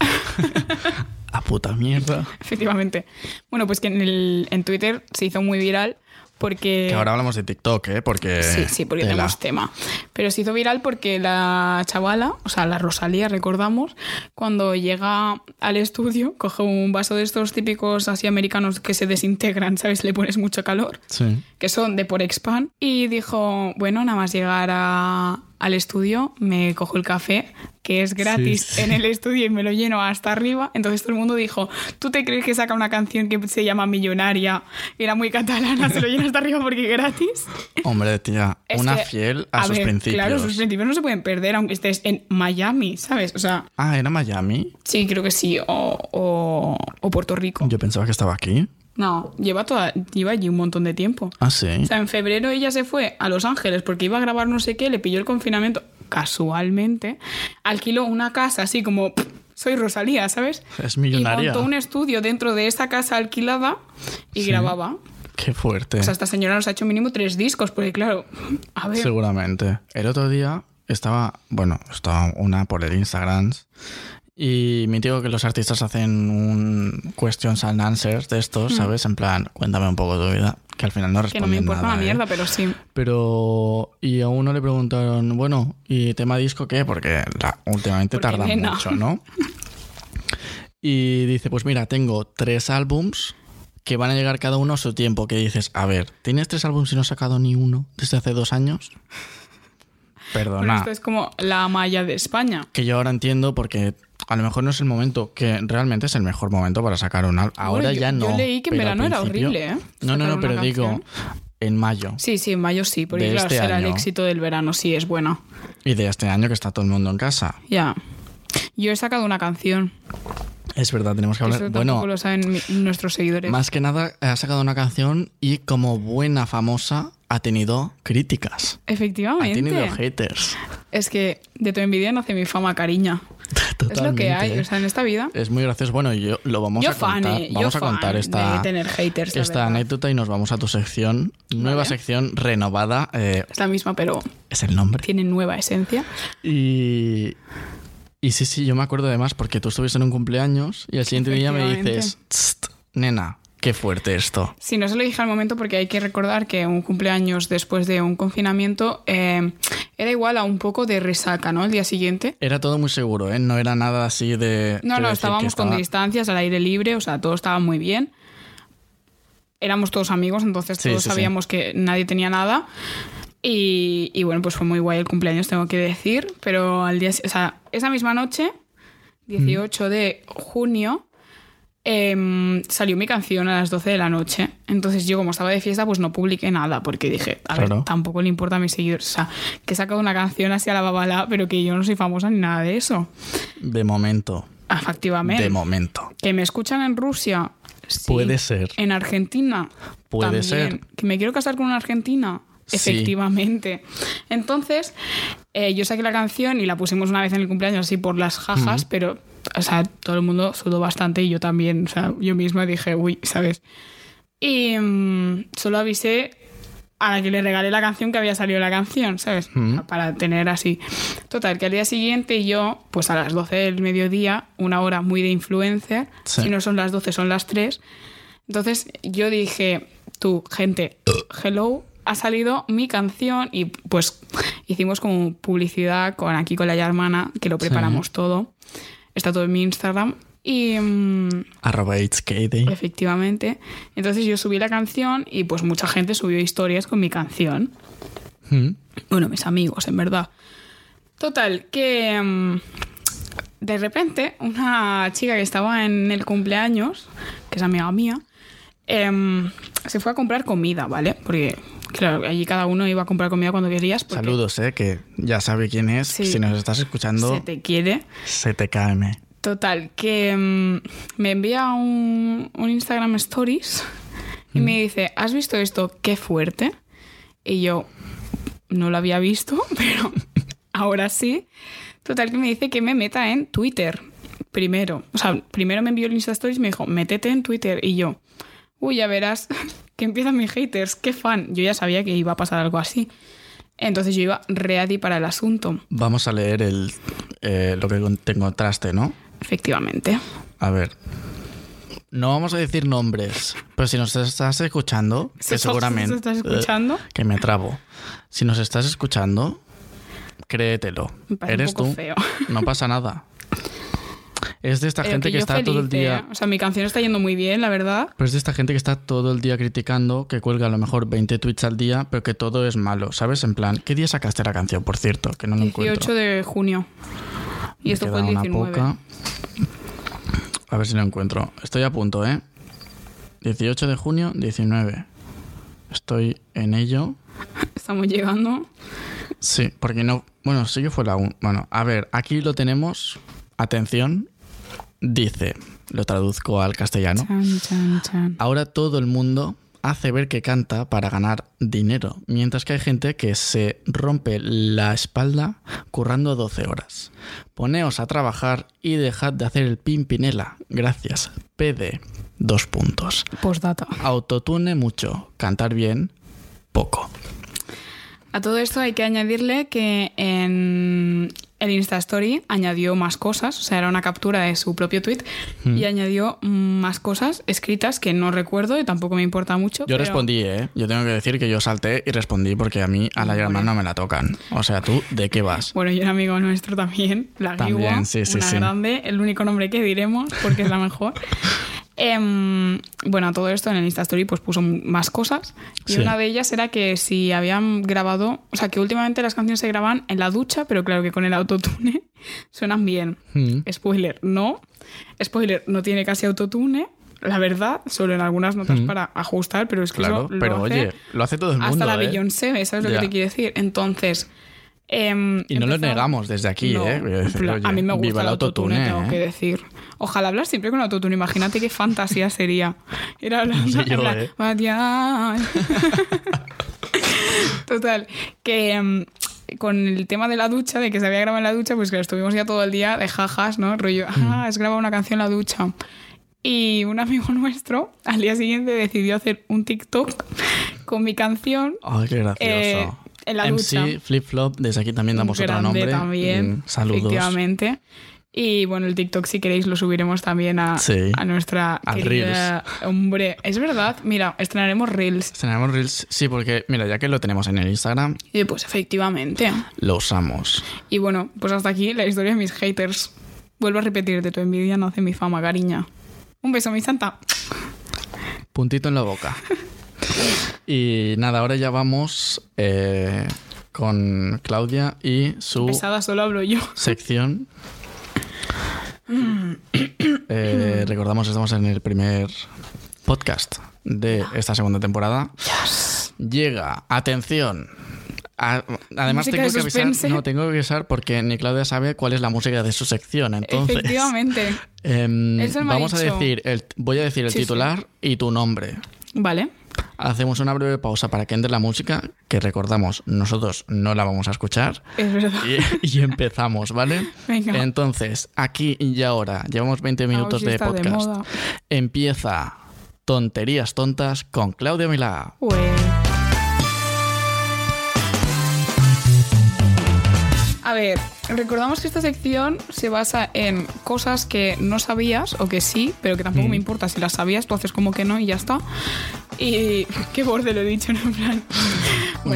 Speaker 2: A puta mierda.
Speaker 1: Efectivamente. Bueno, pues que en, el, en Twitter se hizo muy viral porque...
Speaker 2: Que ahora hablamos de TikTok, ¿eh? Porque.
Speaker 1: Sí, sí, porque
Speaker 2: tela.
Speaker 1: tenemos tema. Pero se hizo viral porque la chavala, o sea, la Rosalía, recordamos, cuando llega al estudio, coge un vaso de estos típicos así americanos que se desintegran, ¿sabes? Le pones mucho calor,
Speaker 2: Sí.
Speaker 1: que son de por expand, y dijo, bueno, nada más llegar a- al estudio, me cojo el café, que es gratis
Speaker 2: Sí, sí.
Speaker 1: en el estudio y me lo lleno hasta arriba. Entonces todo el mundo dijo, ¿tú te crees que saca una canción que se llama Millonaria? Era muy catalana, se lo llena hasta arriba porque es gratis.
Speaker 2: Hombre, tía,
Speaker 1: Es
Speaker 2: una
Speaker 1: que,
Speaker 2: fiel a, sus
Speaker 1: ver,
Speaker 2: principios.
Speaker 1: Claro, sus principios no se pueden perder aunque estés en Miami, ¿sabes? O sea,
Speaker 2: Ah, ¿era Miami?
Speaker 1: sí, creo que sí, o, o- o Puerto Rico.
Speaker 2: Yo pensaba que estaba aquí.
Speaker 1: No, lleva, toda, lleva allí un montón de tiempo.
Speaker 2: Ah, sí.
Speaker 1: O sea, en febrero ella se fue a Los Ángeles porque iba a grabar no sé qué, le pilló el confinamiento casualmente, alquiló una casa así como... "Pff, Soy Rosalía, ¿sabes?
Speaker 2: Es millonaria.
Speaker 1: Y montó un estudio dentro de esa casa alquilada y
Speaker 2: Sí.
Speaker 1: grababa.
Speaker 2: Qué fuerte.
Speaker 1: O sea, esta señora nos ha hecho mínimo tres discos, porque claro, a ver.
Speaker 2: Seguramente. El otro día estaba, bueno, estaba una por el Instagram y me digo que los artistas hacen un questions and answers de estos, ¿sabes? En plan, cuéntame un poco tu vida, que al final no
Speaker 1: Hmm. que no me
Speaker 2: responden
Speaker 1: importa
Speaker 2: nada,
Speaker 1: una
Speaker 2: ¿eh?
Speaker 1: mierda, pero sí.
Speaker 2: Pero. Y a uno le preguntaron, bueno, ¿y tema disco qué? Porque la- últimamente
Speaker 1: Porque,
Speaker 2: tarda
Speaker 1: nena.
Speaker 2: mucho, ¿no? Y dice, pues mira, tengo tres álbums que van a llegar cada uno a su tiempo. Que dices, a ver, ¿tienes tres álbums y no has sacado ni uno desde hace dos años?
Speaker 1: Bueno,
Speaker 2: Perdona.
Speaker 1: esto es como la malla de España.
Speaker 2: Que yo ahora entiendo porque a lo mejor no es el momento, que realmente es el mejor momento para sacar un álbum. Ahora
Speaker 1: Bueno, yo-
Speaker 2: ya no.
Speaker 1: Yo leí que en
Speaker 2: pero al
Speaker 1: verano era
Speaker 2: principio-
Speaker 1: horrible, ¿eh?
Speaker 2: No, no,
Speaker 1: Sacar
Speaker 2: no,
Speaker 1: una
Speaker 2: pero digo,
Speaker 1: canción.
Speaker 2: en mayo.
Speaker 1: Sí, sí, en mayo sí, porque
Speaker 2: de
Speaker 1: claro,
Speaker 2: este
Speaker 1: será el
Speaker 2: año.
Speaker 1: éxito del verano, sí, es buena.
Speaker 2: Y de este año que está todo el mundo en casa.
Speaker 1: Ya. Yo he sacado una canción.
Speaker 2: Es verdad, tenemos
Speaker 1: que
Speaker 2: que hablar.
Speaker 1: Eso
Speaker 2: bueno,
Speaker 1: tampoco lo saben mi- nuestros seguidores.
Speaker 2: más que nada, eh, ha sacado una canción y como buena famosa ha tenido críticas. Ha tenido
Speaker 1: Efectivamente.
Speaker 2: haters.
Speaker 1: Es que de tu envidia nace mi fama, cariña. Es lo que hay,
Speaker 2: Totalmente.
Speaker 1: o sea, en esta vida.
Speaker 2: Es muy gracioso. Bueno, yo lo vamos
Speaker 1: yo
Speaker 2: a
Speaker 1: fan,
Speaker 2: contar.
Speaker 1: eh, yo
Speaker 2: vamos a
Speaker 1: fan
Speaker 2: contar esta,
Speaker 1: de tener haters, la
Speaker 2: esta
Speaker 1: verdad.
Speaker 2: anécdota y nos vamos a tu sección. Nueva sección renovada. eh,
Speaker 1: Es la misma, pero
Speaker 2: es el nombre.
Speaker 1: tiene nueva esencia.
Speaker 2: Y, y sí, sí, yo me acuerdo además porque tú estuviste en un cumpleaños y al siguiente día me
Speaker 1: Efectivamente.
Speaker 2: dices, "Tst, nena, qué fuerte esto.
Speaker 1: Sí, no se lo dije al momento porque hay que recordar que un cumpleaños después de un confinamiento eh, era igual a un poco de resaca, ¿no? El día siguiente.
Speaker 2: Era todo muy seguro, ¿eh? No era nada así de...
Speaker 1: No,
Speaker 2: quiero decir
Speaker 1: no,
Speaker 2: que
Speaker 1: estábamos
Speaker 2: estaba-
Speaker 1: con distancias, al aire libre, o sea, todo estaba muy bien. Éramos todos amigos, entonces
Speaker 2: Sí,
Speaker 1: todos
Speaker 2: sí, sí.
Speaker 1: sabíamos que nadie tenía nada. Y, y bueno, pues fue muy guay el cumpleaños, tengo que decir. Pero al día, o sea, esa misma noche, 18 de junio, em, salió mi canción a las 12 de la noche. Entonces yo, como estaba de fiesta, pues no publiqué nada, porque dije, a
Speaker 2: Claro.
Speaker 1: ver, tampoco le importa a mis seguidores. O sea, que he sacado una canción hacia la babalá, pero que yo no soy famosa ni nada de eso.
Speaker 2: De momento.
Speaker 1: Efectivamente.
Speaker 2: De momento.
Speaker 1: que me escuchan en Rusia. Sí.
Speaker 2: Puede ser.
Speaker 1: En Argentina.
Speaker 2: Puede
Speaker 1: también.
Speaker 2: ser.
Speaker 1: Que me quiero casar con una argentina.
Speaker 2: Sí.
Speaker 1: Efectivamente. Entonces, eh, yo saqué la canción y la pusimos una vez en el cumpleaños así por las jajas, pero, o sea, todo el mundo sudó bastante y yo también, o sea, yo misma dije, uy, ¿sabes? Y mm, solo avisé a la que le regalé la canción que había salido la canción, ¿sabes?
Speaker 2: Mm.
Speaker 1: Para tener así. Total, que al día siguiente yo, pues a las 12 del mediodía, una hora muy de influencer,
Speaker 2: Sí.
Speaker 1: si no son las 12, son las 3. Entonces yo dije, tú, gente, hello, ha salido mi canción y pues hicimos como publicidad con aquí con la ya hermana, que lo preparamos todo. Está todo en mi Instagram. Y, mm,
Speaker 2: Arroba it's Katie.
Speaker 1: Pues, Efectivamente. Entonces yo subí la canción y pues mucha gente subió historias con mi canción.
Speaker 2: Mm.
Speaker 1: Bueno, mis amigos, en verdad. Total, que mm, de repente una chica que estaba en el cumpleaños, que es amiga mía, em, se fue a comprar comida, ¿vale? Porque, claro, allí cada uno iba a comprar comida cuando querías. porque
Speaker 2: Saludos, eh, que ya sabe quién es.
Speaker 1: Sí.
Speaker 2: Si nos estás escuchando,
Speaker 1: Se te quiere.
Speaker 2: se te caeme.
Speaker 1: Total, que mm, me envía un, un Instagram Stories y
Speaker 2: Mm.
Speaker 1: me dice, ¿has visto esto? Qué fuerte. Y yo no lo había visto, pero ahora sí. Total, que me dice que me meta en Twitter primero. O sea, primero me envió el Insta Stories y me dijo, métete en Twitter. Y yo, uy, ya verás que empiezan mis haters, qué fan. Yo ya sabía que iba a pasar algo así. Entonces yo iba ready para el asunto,
Speaker 2: Vamos a leer el, eh, lo que con- te encontraste, ¿no?
Speaker 1: efectivamente.
Speaker 2: A ver. No vamos a decir nombres, pero si nos estás escuchando, que seguramente.
Speaker 1: ¿Se estás
Speaker 2: eh,
Speaker 1: escuchando?
Speaker 2: que me trabo. Si nos estás escuchando, créetelo.
Speaker 1: Me parece un
Speaker 2: Eres
Speaker 1: poco
Speaker 2: tú.
Speaker 1: feo.
Speaker 2: No pasa nada. Es de esta
Speaker 1: Pero
Speaker 2: gente que,
Speaker 1: Eh, yo
Speaker 2: está todo el
Speaker 1: feliz,
Speaker 2: día.
Speaker 1: ¿eh? O sea, mi canción está yendo muy bien, la verdad.
Speaker 2: Pero es de esta gente que está todo el día criticando, que cuelga a lo mejor 20 tweets al día, pero que todo es malo, ¿sabes? En plan, ¿qué día sacaste la canción, por cierto? Que no lo
Speaker 1: 18
Speaker 2: encuentro.
Speaker 1: de junio. Y
Speaker 2: Me
Speaker 1: esto
Speaker 2: queda
Speaker 1: fue el
Speaker 2: una
Speaker 1: 19.
Speaker 2: poca. A ver si lo encuentro. Estoy a punto, ¿eh? 18 de junio, 19. Estoy en ello.
Speaker 1: Estamos llegando.
Speaker 2: Sí, porque no. Bueno, sí que fue la 1. Bueno, a ver, aquí lo tenemos. Atención. Dice, lo traduzco al castellano.
Speaker 1: Chan, chan, chan.
Speaker 2: Ahora todo el mundo hace ver que canta para ganar dinero, mientras que hay gente que se rompe la espalda currando 12 horas. Poneos a trabajar y dejad de hacer el pimpinela. Gracias. PD. Dos puntos.
Speaker 1: Postdata.
Speaker 2: Autotune mucho, cantar bien, poco.
Speaker 1: A todo esto hay que añadirle que en el Insta Story añadió más cosas, o sea, era una captura de su propio tweet
Speaker 2: Hmm.
Speaker 1: y añadió mm, más cosas escritas que no recuerdo y tampoco me importa mucho.
Speaker 2: Yo
Speaker 1: pero-
Speaker 2: respondí, ¿eh? Yo tengo que decir que yo salté y respondí porque a mí a la llaman no me la tocan. O sea, tú, ¿de qué vas?
Speaker 1: Bueno, y un amigo nuestro también, la
Speaker 2: También,
Speaker 1: Guigua,
Speaker 2: sí, sí,
Speaker 1: una
Speaker 2: sí.
Speaker 1: grande, el único nombre que diremos porque es la mejor. Em, bueno, a todo esto en el Insta Story pues puso más cosas y
Speaker 2: Sí.
Speaker 1: una de ellas era que si habían grabado, o sea, que últimamente las canciones se graban en la ducha, pero claro que con el autotune suenan bien.
Speaker 2: Hmm.
Speaker 1: Spoiler, no. Spoiler, no tiene casi autotune. La verdad, solo en algunas notas para ajustar, pero es que
Speaker 2: Mm. Claro,
Speaker 1: eso lo
Speaker 2: pero
Speaker 1: hace
Speaker 2: oye, lo hace todo el mundo.
Speaker 1: hasta la
Speaker 2: ¿eh?
Speaker 1: Beyoncé, ¿sabes lo
Speaker 2: Ya.
Speaker 1: que te quiero decir? Entonces. em,
Speaker 2: Y no lo
Speaker 1: empezó-
Speaker 2: negamos desde aquí,
Speaker 1: No,
Speaker 2: ¿eh?
Speaker 1: en
Speaker 2: Voy a decir,
Speaker 1: plan,
Speaker 2: oye,
Speaker 1: a mí me gusta
Speaker 2: viva
Speaker 1: el autotune, tengo
Speaker 2: ¿eh?
Speaker 1: que decir. Ojalá hablar siempre con autotune, imagínate qué fantasía sería. Ir hablando
Speaker 2: Sí,
Speaker 1: en
Speaker 2: yo,
Speaker 1: plan,
Speaker 2: ¿eh?
Speaker 1: "Batial". Total, que em, con el tema de la ducha, de que se había grabado en la ducha, pues que estuvimos ya todo el día de jajas, ¿no? Rollo, ah, has grabado una canción en la ducha. Y un amigo nuestro al día siguiente decidió hacer un TikTok con mi canción
Speaker 2: Ay, qué gracioso.
Speaker 1: Eh, en la
Speaker 2: MC
Speaker 1: ducha.
Speaker 2: Flip Flop, desde aquí también damos otro
Speaker 1: grande
Speaker 2: nombre.
Speaker 1: también.
Speaker 2: Mm, Saludos.
Speaker 1: Efectivamente. Y bueno, el TikTok, si queréis, lo subiremos también a,
Speaker 2: Sí.
Speaker 1: a nuestra
Speaker 2: Al
Speaker 1: querida- Hombre, es verdad. Mira, estrenaremos Reels.
Speaker 2: Tenemos Reels, sí, porque mira, ya que lo tenemos en el Instagram,
Speaker 1: Y pues efectivamente.
Speaker 2: lo usamos.
Speaker 1: Y bueno, pues hasta aquí la historia de mis haters. Vuelvo a repetirte, tu envidia no hace mi fama, cariña. Un beso, mi santa.
Speaker 2: Puntito en la boca. Y nada, ahora ya vamos eh, con Claudia y su
Speaker 1: Pesada solo hablo yo.
Speaker 2: sección. Eh, recordamos que estamos en el primer podcast de esta segunda temporada. Llega, atención. A- además
Speaker 1: Música
Speaker 2: tengo
Speaker 1: de
Speaker 2: que
Speaker 1: suspense.
Speaker 2: avisar, no tengo que avisar porque ni Claudia sabe cuál es la música de su sección, entonces
Speaker 1: Efectivamente.
Speaker 2: em,
Speaker 1: Eso me ha
Speaker 2: vamos a
Speaker 1: dicho.
Speaker 2: decir, el, voy a decir el
Speaker 1: Sí, sí.
Speaker 2: titular y tu nombre.
Speaker 1: Vale.
Speaker 2: Hacemos una breve pausa para que entre la música, que recordamos, nosotros no la vamos a escuchar.
Speaker 1: Es verdad.
Speaker 2: Y, y empezamos, ¿vale?
Speaker 1: Venga.
Speaker 2: Entonces, aquí y ahora, llevamos 20 minutos
Speaker 1: sí
Speaker 2: de
Speaker 1: está de
Speaker 2: podcast.
Speaker 1: moda.
Speaker 2: Empieza Tonterías Tontas con Claudia Milá.
Speaker 1: Ué. A ver, recordamos que esta sección se basa en cosas que no sabías o que sí, pero que tampoco me
Speaker 2: Mm.
Speaker 1: importa si las sabías, tú haces como que no y ya está. Y qué borde lo he dicho, ¿no? En plan.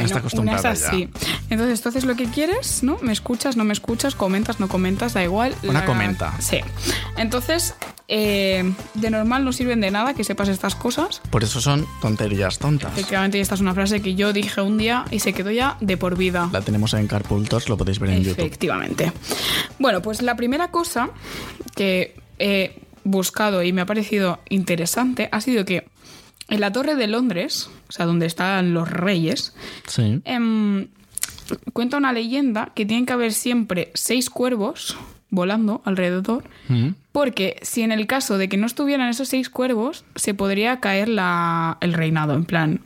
Speaker 2: está acostumbrada
Speaker 1: una es así. Entonces tú haces lo que quieres, ¿no? Me escuchas, no me escuchas, comentas, no comentas, da igual.
Speaker 2: Una comenta.
Speaker 1: Sí. Entonces, eh, de normal no sirven de nada que sepas estas cosas,
Speaker 2: Por eso son Tonterías Tontas.
Speaker 1: Efectivamente, y esta es una frase que yo dije un día y se quedó ya de por vida.
Speaker 2: La tenemos en Carpool Talks, lo podéis ver en YouTube.
Speaker 1: Efectivamente. Bueno, pues la primera cosa que he buscado y me ha parecido interesante ha sido que en la Torre de Londres, o sea, donde están los reyes,
Speaker 2: Sí.
Speaker 1: em, cuenta una leyenda que tienen que haber siempre seis cuervos volando alrededor
Speaker 2: Mm.
Speaker 1: porque si en el caso de que no estuvieran esos seis cuervos, se podría caer la, el reinado, en plan,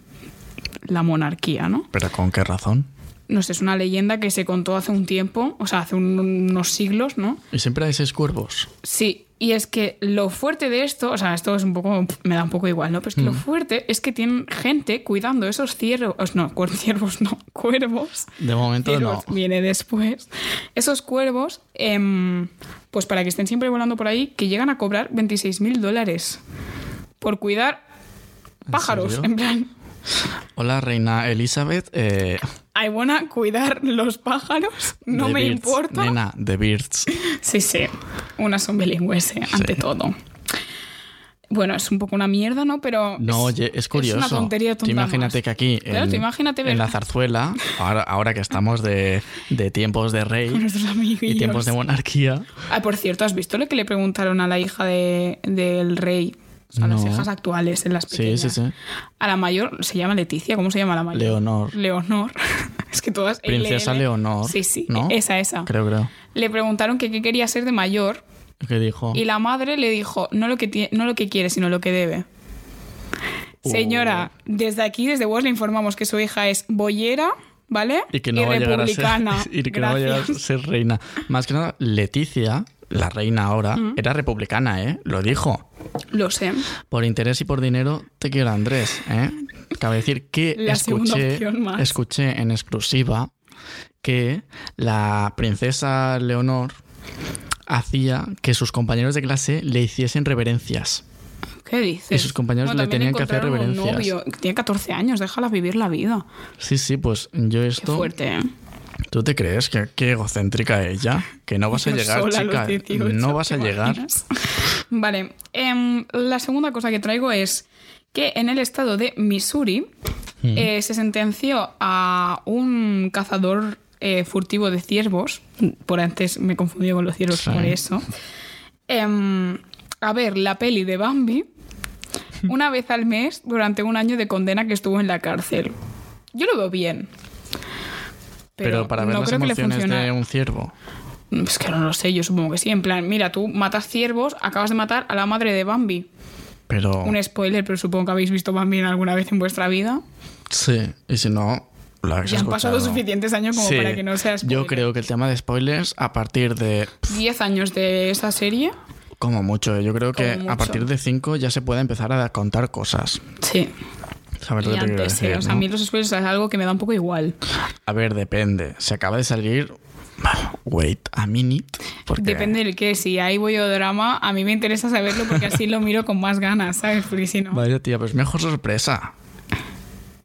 Speaker 1: la monarquía, ¿no?
Speaker 2: Pero ¿con qué razón?
Speaker 1: No sé, es una leyenda que se contó hace un tiempo, o sea, hace un- unos siglos, ¿no?
Speaker 2: Y siempre hay seis cuervos.
Speaker 1: Sí, y es que lo fuerte de esto, o sea, esto es un poco, me da un poco igual, ¿no? Pero es
Speaker 2: Mm.
Speaker 1: que lo fuerte es que tienen gente cuidando esos ciervos, no, cuer- ciervos no, cuervos.
Speaker 2: De momento
Speaker 1: Ciervos
Speaker 2: no.
Speaker 1: Viene después. Esos cuervos, em, pues para que estén siempre volando por ahí, que llegan a cobrar 26 mil dólares por cuidar pájaros. em-
Speaker 2: serio?
Speaker 1: En, plan,
Speaker 2: Hola, reina Elizabeth. Eh,
Speaker 1: hay buena cuidar los pájaros, no
Speaker 2: The
Speaker 1: me
Speaker 2: Birds.
Speaker 1: importa.
Speaker 2: Nena, The Birds.
Speaker 1: Sí, sí, unas son bilingües, eh, ante todo. Bueno, es un poco una mierda, ¿no? Pero.
Speaker 2: No, oye, es curioso.
Speaker 1: Es una tontería
Speaker 2: Tú
Speaker 1: tonta
Speaker 2: imagínate
Speaker 1: más.
Speaker 2: que aquí,
Speaker 1: Claro,
Speaker 2: en,
Speaker 1: tú imagínate ver
Speaker 2: en la zarzuela, ahora, ahora que estamos de, de tiempos de
Speaker 1: a
Speaker 2: rey
Speaker 1: nuestros
Speaker 2: y
Speaker 1: amiguillos.
Speaker 2: tiempos de monarquía,
Speaker 1: Ah, por cierto, ¿has visto lo que le preguntaron a la hija de- del rey? O sea, las
Speaker 2: No.
Speaker 1: hijas actuales en las
Speaker 2: Sí,
Speaker 1: pequeñas.
Speaker 2: sí, sí.
Speaker 1: A la mayor, se llama Leticia, ¿cómo se llama la mayor?
Speaker 2: Leonor.
Speaker 1: Leonor. es que todas... LL.
Speaker 2: princesa Leonor.
Speaker 1: Sí, sí,
Speaker 2: ¿no?
Speaker 1: esa, esa.
Speaker 2: Creo, creo.
Speaker 1: Le preguntaron que qué quería ser de mayor
Speaker 2: ¿Qué dijo?
Speaker 1: y la madre le dijo, no lo que, tie- no lo que quiere, sino lo que debe.
Speaker 2: Uh.
Speaker 1: Señora, desde aquí, desde vos, le informamos que su hija es boyera, ¿vale?
Speaker 2: Y que no va a llegar a ser,
Speaker 1: republicana.
Speaker 2: y que no va a llegar a
Speaker 1: Gracias.
Speaker 2: ser reina. Más que nada, Leticia, la reina ahora, era republicana, ¿eh? Lo dijo.
Speaker 1: Lo sé.
Speaker 2: Por interés y por dinero, te quiero Andrés, ¿eh? Cabe decir que
Speaker 1: La segunda
Speaker 2: escuché,
Speaker 1: opción más.
Speaker 2: escuché en exclusiva que la princesa Leonor hacía que sus compañeros de clase le hiciesen reverencias.
Speaker 1: ¿Qué dices?
Speaker 2: Y sus compañeros le
Speaker 1: también
Speaker 2: tenían que hacer
Speaker 1: encontraron un
Speaker 2: reverencias.
Speaker 1: novio. Tiene 14 años, déjala vivir la vida.
Speaker 2: Sí, sí, pues yo
Speaker 1: Qué
Speaker 2: esto...
Speaker 1: fuerte, ¿eh?
Speaker 2: ¿Tú te crees que qué egocéntrica ella? Que no vas a
Speaker 1: Yo
Speaker 2: llegar,
Speaker 1: sola a los
Speaker 2: chica.
Speaker 1: 18,
Speaker 2: no vas
Speaker 1: ¿te
Speaker 2: a llegar.
Speaker 1: imaginas? Vale, em, la segunda cosa que traigo es que en el estado de Missouri
Speaker 2: Hmm.
Speaker 1: eh, se sentenció a un cazador eh, furtivo de ciervos. Por antes me confundí con los ciervos
Speaker 2: Sí.
Speaker 1: por eso. Em, a ver la peli de Bambi una vez al mes durante un año de condena que estuvo en la cárcel. Yo lo veo bien.
Speaker 2: Pero, para ver
Speaker 1: no
Speaker 2: las
Speaker 1: creo que le
Speaker 2: emociones
Speaker 1: funcione-
Speaker 2: de un ciervo.
Speaker 1: es Pues que no lo sé, yo supongo que sí. En plan, mira, tú matas ciervos, acabas de matar a la madre de Bambi.
Speaker 2: Pero...
Speaker 1: Un e- spoiler, pero supongo que habéis visto Bambi en alguna vez en vuestra vida.
Speaker 2: Sí, y si no, lo habéis
Speaker 1: Ya han pasado
Speaker 2: escuchado.
Speaker 1: suficientes años como
Speaker 2: Sí.
Speaker 1: para que no sea spoiler.
Speaker 2: Yo creo que el tema de spoilers, a partir de.
Speaker 1: 10 años de esa serie.
Speaker 2: Como mucho, eh, yo creo que
Speaker 1: Como
Speaker 2: a
Speaker 1: mucho.
Speaker 2: partir de 5 ya se puede empezar a contar cosas.
Speaker 1: Sí.
Speaker 2: ¿Sabes lo
Speaker 1: Y
Speaker 2: que te quiero
Speaker 1: antes, sí.
Speaker 2: decir?
Speaker 1: O sea,
Speaker 2: no?
Speaker 1: a mí los spoilers es algo que me da un poco igual.
Speaker 2: A ver, depende. Se acaba de salir. Wait a minute. Porque...
Speaker 1: Depende del qué. Si hay drama, a mí me interesa saberlo porque así lo miro con más ganas, ¿sabes? Porque si no.
Speaker 2: Vaya tía, pues mejor sorpresa.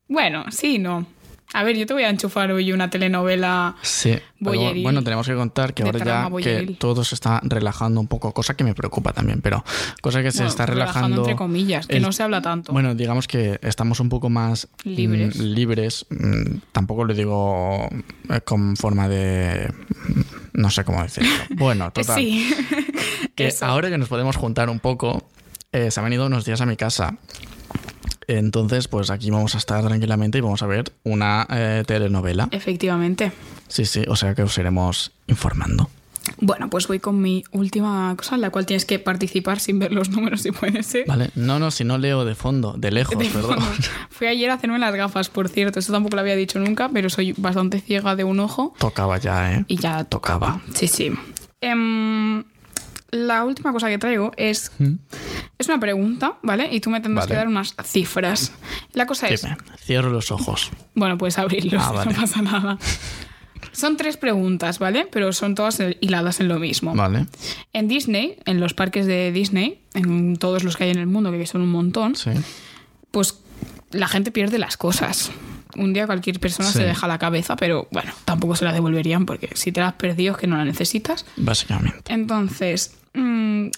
Speaker 1: Bueno, sí, y no. A ver, yo te voy a enchufar hoy una telenovela.
Speaker 2: Sí. pero
Speaker 1: Boyeril.
Speaker 2: bueno, tenemos que contar que
Speaker 1: De
Speaker 2: ahora
Speaker 1: trama
Speaker 2: ya que
Speaker 1: boyeril.
Speaker 2: todo se está relajando un poco, cosa que me preocupa también, pero cosa que se
Speaker 1: Bueno,
Speaker 2: está
Speaker 1: relajando,
Speaker 2: relajando.
Speaker 1: entre comillas, que
Speaker 2: el-
Speaker 1: no se habla tanto.
Speaker 2: Bueno, digamos que estamos un poco más mm,
Speaker 1: Libres.
Speaker 2: libres. Mm, Tampoco lo digo eh, con forma de. mm, No sé cómo decirlo. Bueno, total.
Speaker 1: Sí.
Speaker 2: que
Speaker 1: Eso.
Speaker 2: ahora que nos podemos juntar un poco, eh, se han venido unos días a mi casa. Entonces, pues aquí vamos a estar tranquilamente y vamos a ver una eh, telenovela.
Speaker 1: Efectivamente.
Speaker 2: Sí, sí, o sea que os iremos informando.
Speaker 1: Bueno, pues voy con mi última cosa, en la cual tienes que participar sin ver los números, si puede ser.
Speaker 2: Vale, no, no, si no leo de fondo, de lejos,
Speaker 1: De
Speaker 2: perdón.
Speaker 1: fondo. Fui ayer a hacerme las gafas, por cierto. Eso tampoco lo había dicho nunca, pero soy bastante ciega de un ojo
Speaker 2: Tocaba ya, ¿eh?
Speaker 1: y ya tocaba. Sí, sí. Em, la última cosa que traigo es. Es una pregunta, ¿vale? Y tú me tendrás
Speaker 2: ¿Mm? Vale.
Speaker 1: que dar unas cifras. La cosa es.
Speaker 2: Dime, cierro los ojos.
Speaker 1: Bueno, puedes abrirlos,
Speaker 2: Ah, vale.
Speaker 1: no pasa nada. Son tres preguntas, ¿vale? Pero son todas hiladas en lo mismo.
Speaker 2: Vale,
Speaker 1: En Disney, en los parques de Disney, en todos los que hay en el mundo, que son un montón,
Speaker 2: sí.
Speaker 1: pues la gente pierde las cosas. Un día cualquier persona
Speaker 2: Sí.
Speaker 1: se deja la cabeza, pero bueno, tampoco se la devolverían porque si te la has perdido es que no la necesitas.
Speaker 2: Básicamente.
Speaker 1: Entonces, mm,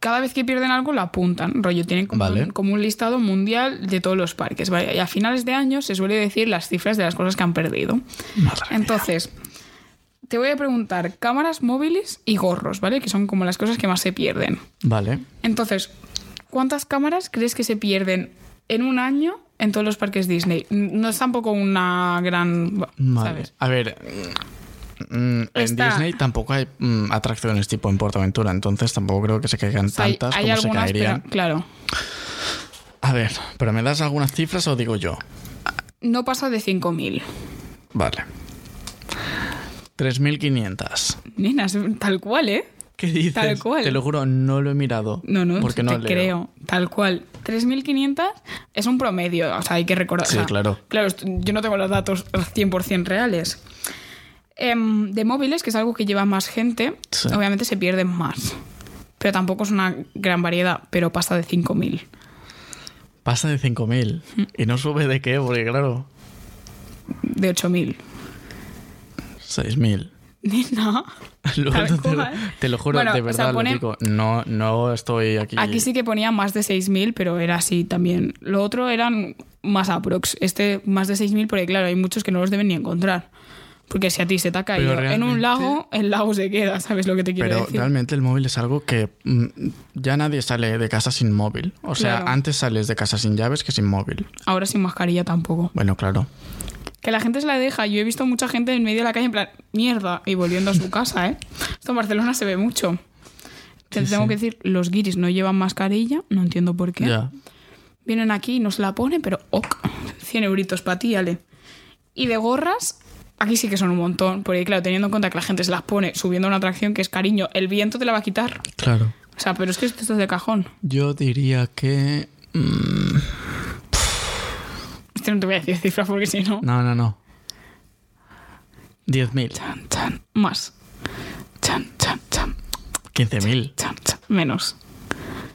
Speaker 1: cada vez que pierden algo lo apuntan, rollo, tienen como,
Speaker 2: Vale.
Speaker 1: un, como un listado mundial de todos los parques, ¿vale? Y a finales de año se suele decir las cifras de las cosas que han perdido.
Speaker 2: Madre mía.
Speaker 1: Entonces, te voy a preguntar cámaras móviles y gorros, ¿vale? Que son como las cosas que más se pierden.
Speaker 2: Vale,
Speaker 1: Entonces, ¿cuántas cámaras crees que se pierden en un año en todos los parques Disney? No es tampoco una gran...
Speaker 2: vale.
Speaker 1: ¿sabes?
Speaker 2: A ver, mm, mm, en
Speaker 1: Está-
Speaker 2: Disney tampoco hay mm, atracciones tipo en PortAventura, entonces tampoco creo que se caigan
Speaker 1: O sea, hay,
Speaker 2: tantas
Speaker 1: hay
Speaker 2: como se
Speaker 1: algunas,
Speaker 2: caerían.
Speaker 1: pero claro.
Speaker 2: A ver, pero ¿me das algunas cifras o digo yo?
Speaker 1: No pasa de 5.000.
Speaker 2: Vale. 3.500.
Speaker 1: Nenas, tal cual, ¿eh?
Speaker 2: ¿Qué dices?
Speaker 1: Tal cual.
Speaker 2: Te lo juro, no lo he mirado.
Speaker 1: No, no,
Speaker 2: porque no
Speaker 1: te
Speaker 2: leo.
Speaker 1: creo. Tal cual. 3.500 es un promedio, o sea, hay que recordar.
Speaker 2: Sí,
Speaker 1: o sea,
Speaker 2: claro.
Speaker 1: Claro, est- yo no tengo los datos 100% reales. Em, de móviles, que es algo que lleva más gente,
Speaker 2: Sí.
Speaker 1: obviamente se pierden más. Pero tampoco es una gran variedad, pero pasa de 5.000.
Speaker 2: Pasa de 5.000. ¿Y no sube de qué? Porque claro,
Speaker 1: De 8.000.
Speaker 2: 6.000.
Speaker 1: Nena.
Speaker 2: Luego
Speaker 1: Tal
Speaker 2: te, lo-
Speaker 1: cual.
Speaker 2: te lo juro,
Speaker 1: Bueno,
Speaker 2: de
Speaker 1: o sea,
Speaker 2: verdad, lo
Speaker 1: pone-
Speaker 2: digo. No, no estoy aquí.
Speaker 1: Aquí sí que ponía más de 6.000, pero era así también. Lo otro eran más aprox. Este más de 6.000, porque claro, hay muchos que no los deben ni encontrar. Porque si a ti se te ha caído en
Speaker 2: realmente-
Speaker 1: un lago, el lago se queda, ¿sabes lo que te quiero
Speaker 2: Pero
Speaker 1: decir?
Speaker 2: realmente el móvil es algo que mm, ya nadie sale de casa sin móvil. O sea,
Speaker 1: Claro.
Speaker 2: antes sales de casa sin llaves que sin móvil.
Speaker 1: Ahora sin mascarilla tampoco.
Speaker 2: Bueno, claro.
Speaker 1: Que la gente se la deja. Yo he visto mucha gente en medio de la calle en plan, mierda, y volviendo a su casa, ¿eh? Esto en Barcelona se ve mucho. Te
Speaker 2: Sí,
Speaker 1: tengo
Speaker 2: sí.
Speaker 1: que decir, los guiris no llevan mascarilla, no entiendo por qué.
Speaker 2: Ya.
Speaker 1: Vienen aquí y nos la ponen, pero ok, 100 euritos para ti, ale. Y de gorras, aquí sí que son un montón, porque claro, teniendo en cuenta que la gente se las pone subiendo a una atracción que es cariño, el viento te la va a quitar.
Speaker 2: Claro.
Speaker 1: O sea, pero es que esto es de cajón.
Speaker 2: Yo diría que. mm,
Speaker 1: Es que Este no te voy a decir cifras porque si no...
Speaker 2: no, no, no. 10.000,
Speaker 1: Chan, chan, más. Chan, chan, chan,
Speaker 2: 15.000,
Speaker 1: chan, chan, menos.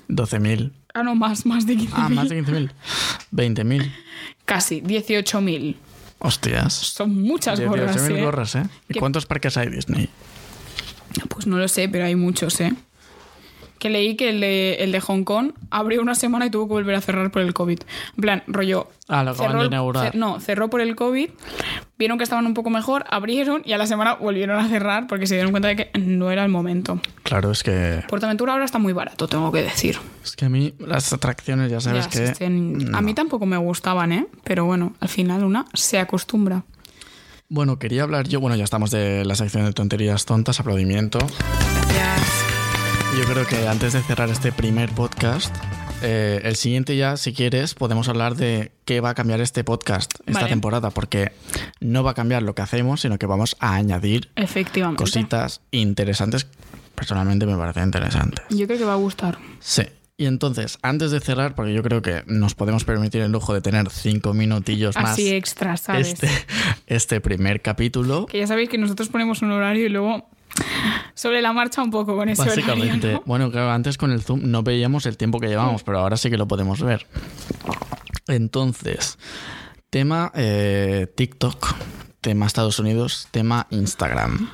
Speaker 2: 12.000.
Speaker 1: Ah, no, más, más de 15.000.
Speaker 2: Ah, más de 15.000. 20.000.
Speaker 1: Casi, 18.000.
Speaker 2: Hostias.
Speaker 1: Son muchas gorras,
Speaker 2: 18.000
Speaker 1: ¿eh?
Speaker 2: gorras, ¿eh? ¿Y
Speaker 1: ¿Qué-
Speaker 2: cuántos parques hay Disney?
Speaker 1: Pues no lo sé, pero hay muchos, ¿eh? Que leí que el de, el de Hong Kong abrió una semana y tuvo que volver a cerrar por el COVID. En plan, rollo...
Speaker 2: Ah, lo acaban de
Speaker 1: el-
Speaker 2: inaugurar.
Speaker 1: cer- no, cerró por el COVID, vieron que estaban un poco mejor, abrieron y a la semana volvieron a cerrar porque se dieron cuenta de que no era el momento.
Speaker 2: Claro, es que.
Speaker 1: Portaventura ahora está muy barato, tengo que decir.
Speaker 2: Es que a mí las atracciones, ya sabes
Speaker 1: Ya
Speaker 2: que.
Speaker 1: existen- A mí tampoco me gustaban, ¿eh? Pero bueno, al final una se acostumbra.
Speaker 2: Bueno, quería hablar yo. Bueno, ya estamos de la sección de tonterías tontas, aplaudimiento.
Speaker 1: Gracias.
Speaker 2: Yo creo que antes de cerrar este primer podcast, eh, el siguiente ya, si quieres, podemos hablar de qué va a cambiar este podcast esta
Speaker 1: Vale.
Speaker 2: temporada, porque no va a cambiar lo que hacemos, sino que vamos a añadir
Speaker 1: Efectivamente.
Speaker 2: cositas interesantes. Personalmente me parecen interesantes.
Speaker 1: Yo creo que va a gustar.
Speaker 2: Sí. Y entonces, antes de cerrar, porque yo creo que nos podemos permitir el lujo de tener cinco minutillos más
Speaker 1: Así extra, ¿sabes?
Speaker 2: este, este primer capítulo.
Speaker 1: Que ya sabéis que nosotros ponemos un horario y luego sobre la marcha un poco con ese
Speaker 2: Básicamente.
Speaker 1: horario. ¿no?
Speaker 2: Bueno, claro, antes con el Zoom no veíamos el tiempo que llevábamos, pero ahora sí que lo podemos ver. Entonces, Tema eh, TikTok, tema Estados Unidos, tema Instagram.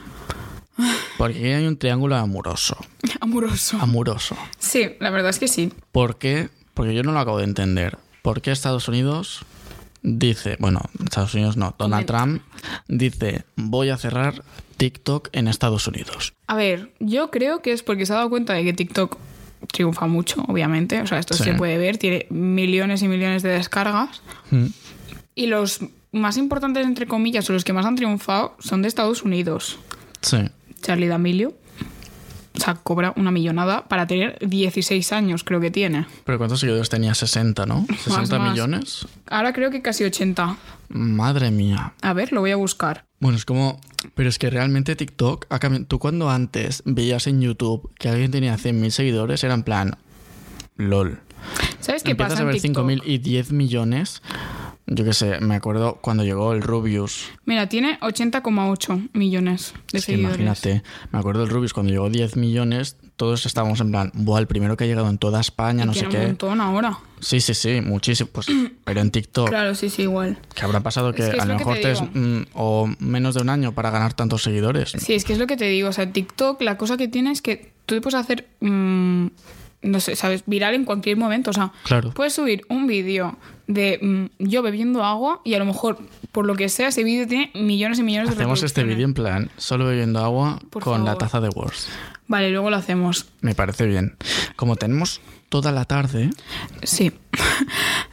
Speaker 2: Porque aquí hay un triángulo amoroso.
Speaker 1: Amoroso.
Speaker 2: Amoroso.
Speaker 1: Sí, la verdad es que sí.
Speaker 2: ¿Por qué? Porque yo no lo acabo de entender. ¿Por qué Estados Unidos dice, bueno, Estados Unidos no, Donald Trump dice, voy a cerrar TikTok en Estados Unidos?
Speaker 1: A ver, yo creo que es porque se ha dado cuenta de que TikTok triunfa mucho, obviamente. O sea, esto
Speaker 2: Sí.
Speaker 1: se puede ver, tiene millones y millones de descargas.
Speaker 2: Mm.
Speaker 1: Y los más importantes, entre comillas, o los que más han triunfado, son de Estados Unidos.
Speaker 2: Sí.
Speaker 1: Charlie D'Amelio. O sea, cobra una millonada para tener 16 años, creo que tiene.
Speaker 2: Pero ¿cuántos seguidores tenía? 60, ¿no? ¿60
Speaker 1: más.
Speaker 2: millones?
Speaker 1: Ahora creo que casi 80.
Speaker 2: Madre mía.
Speaker 1: A ver, lo voy a buscar.
Speaker 2: Bueno, es como... Pero es que realmente TikTok ha cambiado... Tú cuando antes veías en YouTube que alguien tenía 100.000 seguidores, era en plan... LOL.
Speaker 1: ¿Sabes qué
Speaker 2: Empiezas
Speaker 1: pasa
Speaker 2: a
Speaker 1: en
Speaker 2: ver
Speaker 1: TikTok?
Speaker 2: 5.000 y 10 millones. Yo qué sé, me acuerdo cuando llegó el Rubius.
Speaker 1: Mira, tiene 80,8 millones de
Speaker 2: Es que
Speaker 1: seguidores.
Speaker 2: imagínate, me acuerdo el Rubius cuando llegó 10 millones, todos estábamos en plan, buah, el primero que ha llegado en toda España, no sé
Speaker 1: tiene
Speaker 2: qué.
Speaker 1: un montón ahora.
Speaker 2: Sí, sí, sí, muchísimo. Pues, pero en TikTok,
Speaker 1: Claro, sí, sí, igual.
Speaker 2: que habrá pasado que,
Speaker 1: que es
Speaker 2: a
Speaker 1: lo
Speaker 2: lo
Speaker 1: que te
Speaker 2: mejor te es
Speaker 1: digo.
Speaker 2: mm, o menos de un año para ganar tantos seguidores.
Speaker 1: Sí, es que es lo que te digo. O sea, TikTok, la cosa que tiene es que tú te puedes hacer, mm, no sé, ¿sabes? Viral en cualquier momento. O sea,
Speaker 2: Claro.
Speaker 1: puedes subir un vídeo de mm, yo bebiendo agua y a lo mejor, por lo que sea, ese vídeo tiene millones y millones
Speaker 2: Hacemos
Speaker 1: de
Speaker 2: este vídeo en plan, solo bebiendo agua
Speaker 1: Por
Speaker 2: con la
Speaker 1: favor.
Speaker 2: taza de Words.
Speaker 1: Vale, luego lo hacemos.
Speaker 2: Me parece bien. Como tenemos toda la tarde,
Speaker 1: Sí.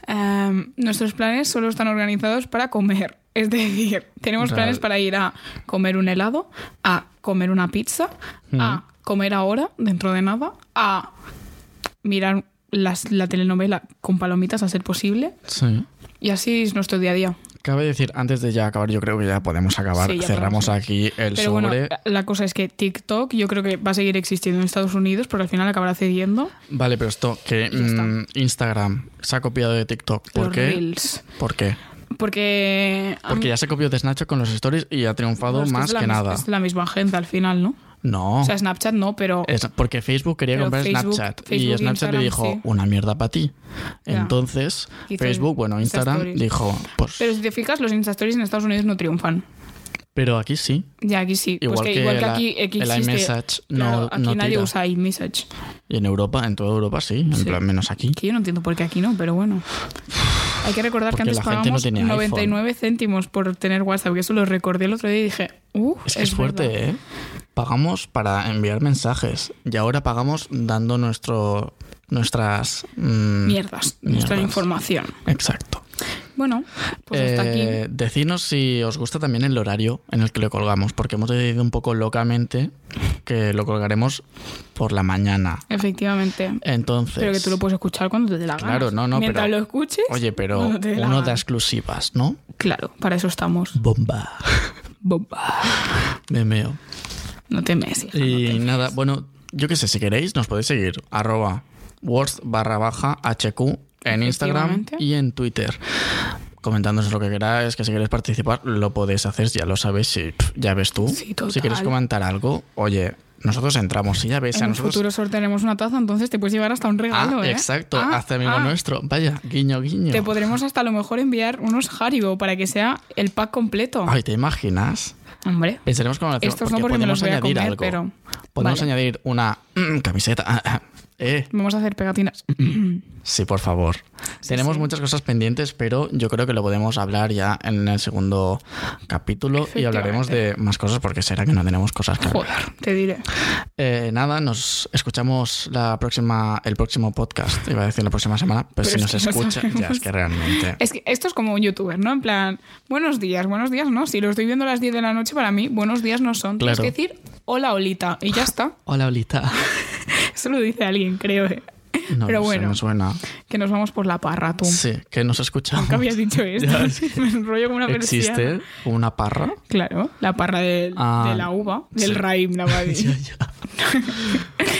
Speaker 1: Em, nuestros planes solo están organizados para comer. Es decir, tenemos
Speaker 2: Vale.
Speaker 1: planes para ir a comer un helado, a comer una pizza, a comer ahora, dentro de nada, a mirar las- la telenovela con palomitas a ser posible.
Speaker 2: sí.
Speaker 1: Y así es nuestro día a día.
Speaker 2: Cabe decir, antes de ya acabar, yo creo que ya podemos acabar.
Speaker 1: Sí, ya
Speaker 2: Cerramos
Speaker 1: podemos.
Speaker 2: aquí el
Speaker 1: Pero
Speaker 2: sobre.
Speaker 1: bueno, eh, la cosa es que TikTok yo creo que va a seguir existiendo en Estados Unidos porque al final acabará cediendo
Speaker 2: Vale, pero esto que
Speaker 1: Ya está.
Speaker 2: mm, Instagram se ha copiado de TikTok. ¿Por
Speaker 1: los
Speaker 2: qué?
Speaker 1: Reels.
Speaker 2: ¿Por qué?
Speaker 1: Porque... a
Speaker 2: Porque
Speaker 1: mí-
Speaker 2: ya se copió de Snapchat con los stories y ha triunfado
Speaker 1: bueno, es
Speaker 2: más
Speaker 1: es la mis-
Speaker 2: que, nada.
Speaker 1: Es la misma gente al final, ¿no?
Speaker 2: No.
Speaker 1: O sea, Snapchat no, pero
Speaker 2: Oh. es porque Facebook quería
Speaker 1: Pero
Speaker 2: comprar
Speaker 1: Facebook-
Speaker 2: Snapchat
Speaker 1: Facebook
Speaker 2: y
Speaker 1: y
Speaker 2: Snapchat le
Speaker 1: Instagram,
Speaker 2: dijo
Speaker 1: sí.
Speaker 2: una mierda para ti.
Speaker 1: Ya.
Speaker 2: Entonces,
Speaker 1: Hizo
Speaker 2: Facebook, bueno,
Speaker 1: Insta
Speaker 2: Instagram
Speaker 1: Stories.
Speaker 2: dijo, pues
Speaker 1: Pero si te fijas, los Insta Stories en Estados Unidos no triunfan.
Speaker 2: pero aquí sí.
Speaker 1: Ya aquí sí.
Speaker 2: Igual
Speaker 1: pues que,
Speaker 2: que
Speaker 1: igual que
Speaker 2: la-
Speaker 1: aquí, aquí
Speaker 2: el
Speaker 1: existe-
Speaker 2: iMessage no-
Speaker 1: Claro, aquí
Speaker 2: no
Speaker 1: nadie
Speaker 2: tira.
Speaker 1: usa iMessage.
Speaker 2: Y en Europa, en toda Europa sí, en
Speaker 1: Sí.
Speaker 2: plan menos aquí.
Speaker 1: Que yo no entiendo por qué aquí no, pero bueno. Hay que recordar
Speaker 2: Porque
Speaker 1: que antes
Speaker 2: la gente no
Speaker 1: pagamos
Speaker 2: tenía
Speaker 1: 99 céntimos por tener WhatsApp, que eso lo recordé el otro día y dije, uh,
Speaker 2: Es que es, fuerte,
Speaker 1: verdad.
Speaker 2: ¿eh? Pagamos para enviar mensajes y ahora pagamos dando nuestro nuestras mm,
Speaker 1: Mierdas, nuestra
Speaker 2: Mierdas.
Speaker 1: información.
Speaker 2: Exacto.
Speaker 1: Bueno, pues hasta
Speaker 2: Eh,
Speaker 1: aquí.
Speaker 2: Decidnos si os gusta también el horario en el que lo colgamos, porque hemos decidido un poco locamente que lo colgaremos por la mañana.
Speaker 1: Efectivamente.
Speaker 2: Entonces.
Speaker 1: Pero que tú lo puedes escuchar cuando te dé la gana.
Speaker 2: pues- Claro, no, no,
Speaker 1: Mientras
Speaker 2: pero-
Speaker 1: lo escuches.
Speaker 2: Oye, pero
Speaker 1: cuando te dé la
Speaker 2: uno
Speaker 1: gana.
Speaker 2: da exclusivas, ¿no?
Speaker 1: Claro, para eso estamos.
Speaker 2: Bomba.
Speaker 1: Bomba.
Speaker 2: Me meo.
Speaker 1: No te meses.
Speaker 2: Y nada, bueno, yo qué sé, si queréis, nos podéis seguir. Arroba words barra baja HQ en Instagram
Speaker 1: Efectivamente.
Speaker 2: y en Twitter. Comentándonos lo que queráis, que si queréis participar, lo podéis hacer, ya lo sabéis, si ya ves tú.
Speaker 1: Sí, total.
Speaker 2: Si queréis comentar algo, oye, nosotros entramos, si ya ves,
Speaker 1: En
Speaker 2: a
Speaker 1: un
Speaker 2: nosotros.
Speaker 1: futuro sortearemos una taza, entonces te puedes llevar hasta un
Speaker 2: Ah,
Speaker 1: regalo, ¿eh?
Speaker 2: exacto,
Speaker 1: Ah,
Speaker 2: hace amigo
Speaker 1: ah.
Speaker 2: nuestro. Vaya, guiño, guiño.
Speaker 1: Te podremos hasta a lo mejor enviar unos Haribo para que sea el pack completo.
Speaker 2: Ay, ¿te imaginas?
Speaker 1: Hombre,
Speaker 2: Pensaremos cómo lo hacemos.
Speaker 1: estos no porque me
Speaker 2: podemos
Speaker 1: los voy a
Speaker 2: añadir
Speaker 1: comer,
Speaker 2: algo.
Speaker 1: pero
Speaker 2: Podemos
Speaker 1: Vale.
Speaker 2: añadir una mm, camiseta. eh,
Speaker 1: vamos a hacer pegatinas.
Speaker 2: Sí, por favor. Tenemos muchas cosas pendientes, pero yo creo que lo podemos hablar ya en el segundo capítulo y hablaremos de más cosas porque será que no tenemos cosas que hablar.
Speaker 1: Joder, te diré.
Speaker 2: Eh, nada, nos escuchamos la próxima, el próximo podcast. Iba a decir la próxima semana, pero,
Speaker 1: Pero
Speaker 2: si
Speaker 1: es
Speaker 2: nos
Speaker 1: que no
Speaker 2: escucha, ya
Speaker 1: sabemos. Eh,
Speaker 2: es que realmente.
Speaker 1: Es que esto es como un youtuber, ¿no? En plan, buenos días, buenos días, no. Si lo estoy viendo a las 10 de la noche, para mí, buenos días no son. Tienes
Speaker 2: Claro.
Speaker 1: que decir hola, olita, y ya está.
Speaker 2: Hola, Olita.
Speaker 1: Eso lo dice alguien, creo. ¿eh?
Speaker 2: No,
Speaker 1: Pero
Speaker 2: lo sé,
Speaker 1: bueno,
Speaker 2: me suena.
Speaker 1: que nos vamos por la parra, tú.
Speaker 2: Sí, que nos escuchamos.
Speaker 1: Nunca habías dicho esto.
Speaker 2: Ya,
Speaker 1: Me enrollo como una persiana.
Speaker 2: Existe una parra.
Speaker 1: Claro, la parra del-
Speaker 2: Ah,
Speaker 1: de la uva,
Speaker 2: sí.
Speaker 1: del raim, la va a
Speaker 2: Ya,
Speaker 1: decir.
Speaker 2: ya.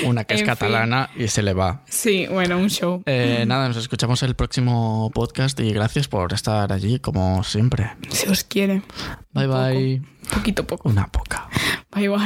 Speaker 2: Una que es
Speaker 1: En fin. Mm.
Speaker 2: catalana y se le va.
Speaker 1: Sí, bueno, un show.
Speaker 2: Eh, Nada, nos escuchamos el próximo podcast y gracias por estar allí como siempre.
Speaker 1: Se os quiere.
Speaker 2: Bye
Speaker 1: Un poco.
Speaker 2: bye.
Speaker 1: Poquito a poco.
Speaker 2: Una poca.
Speaker 1: Bye, bye.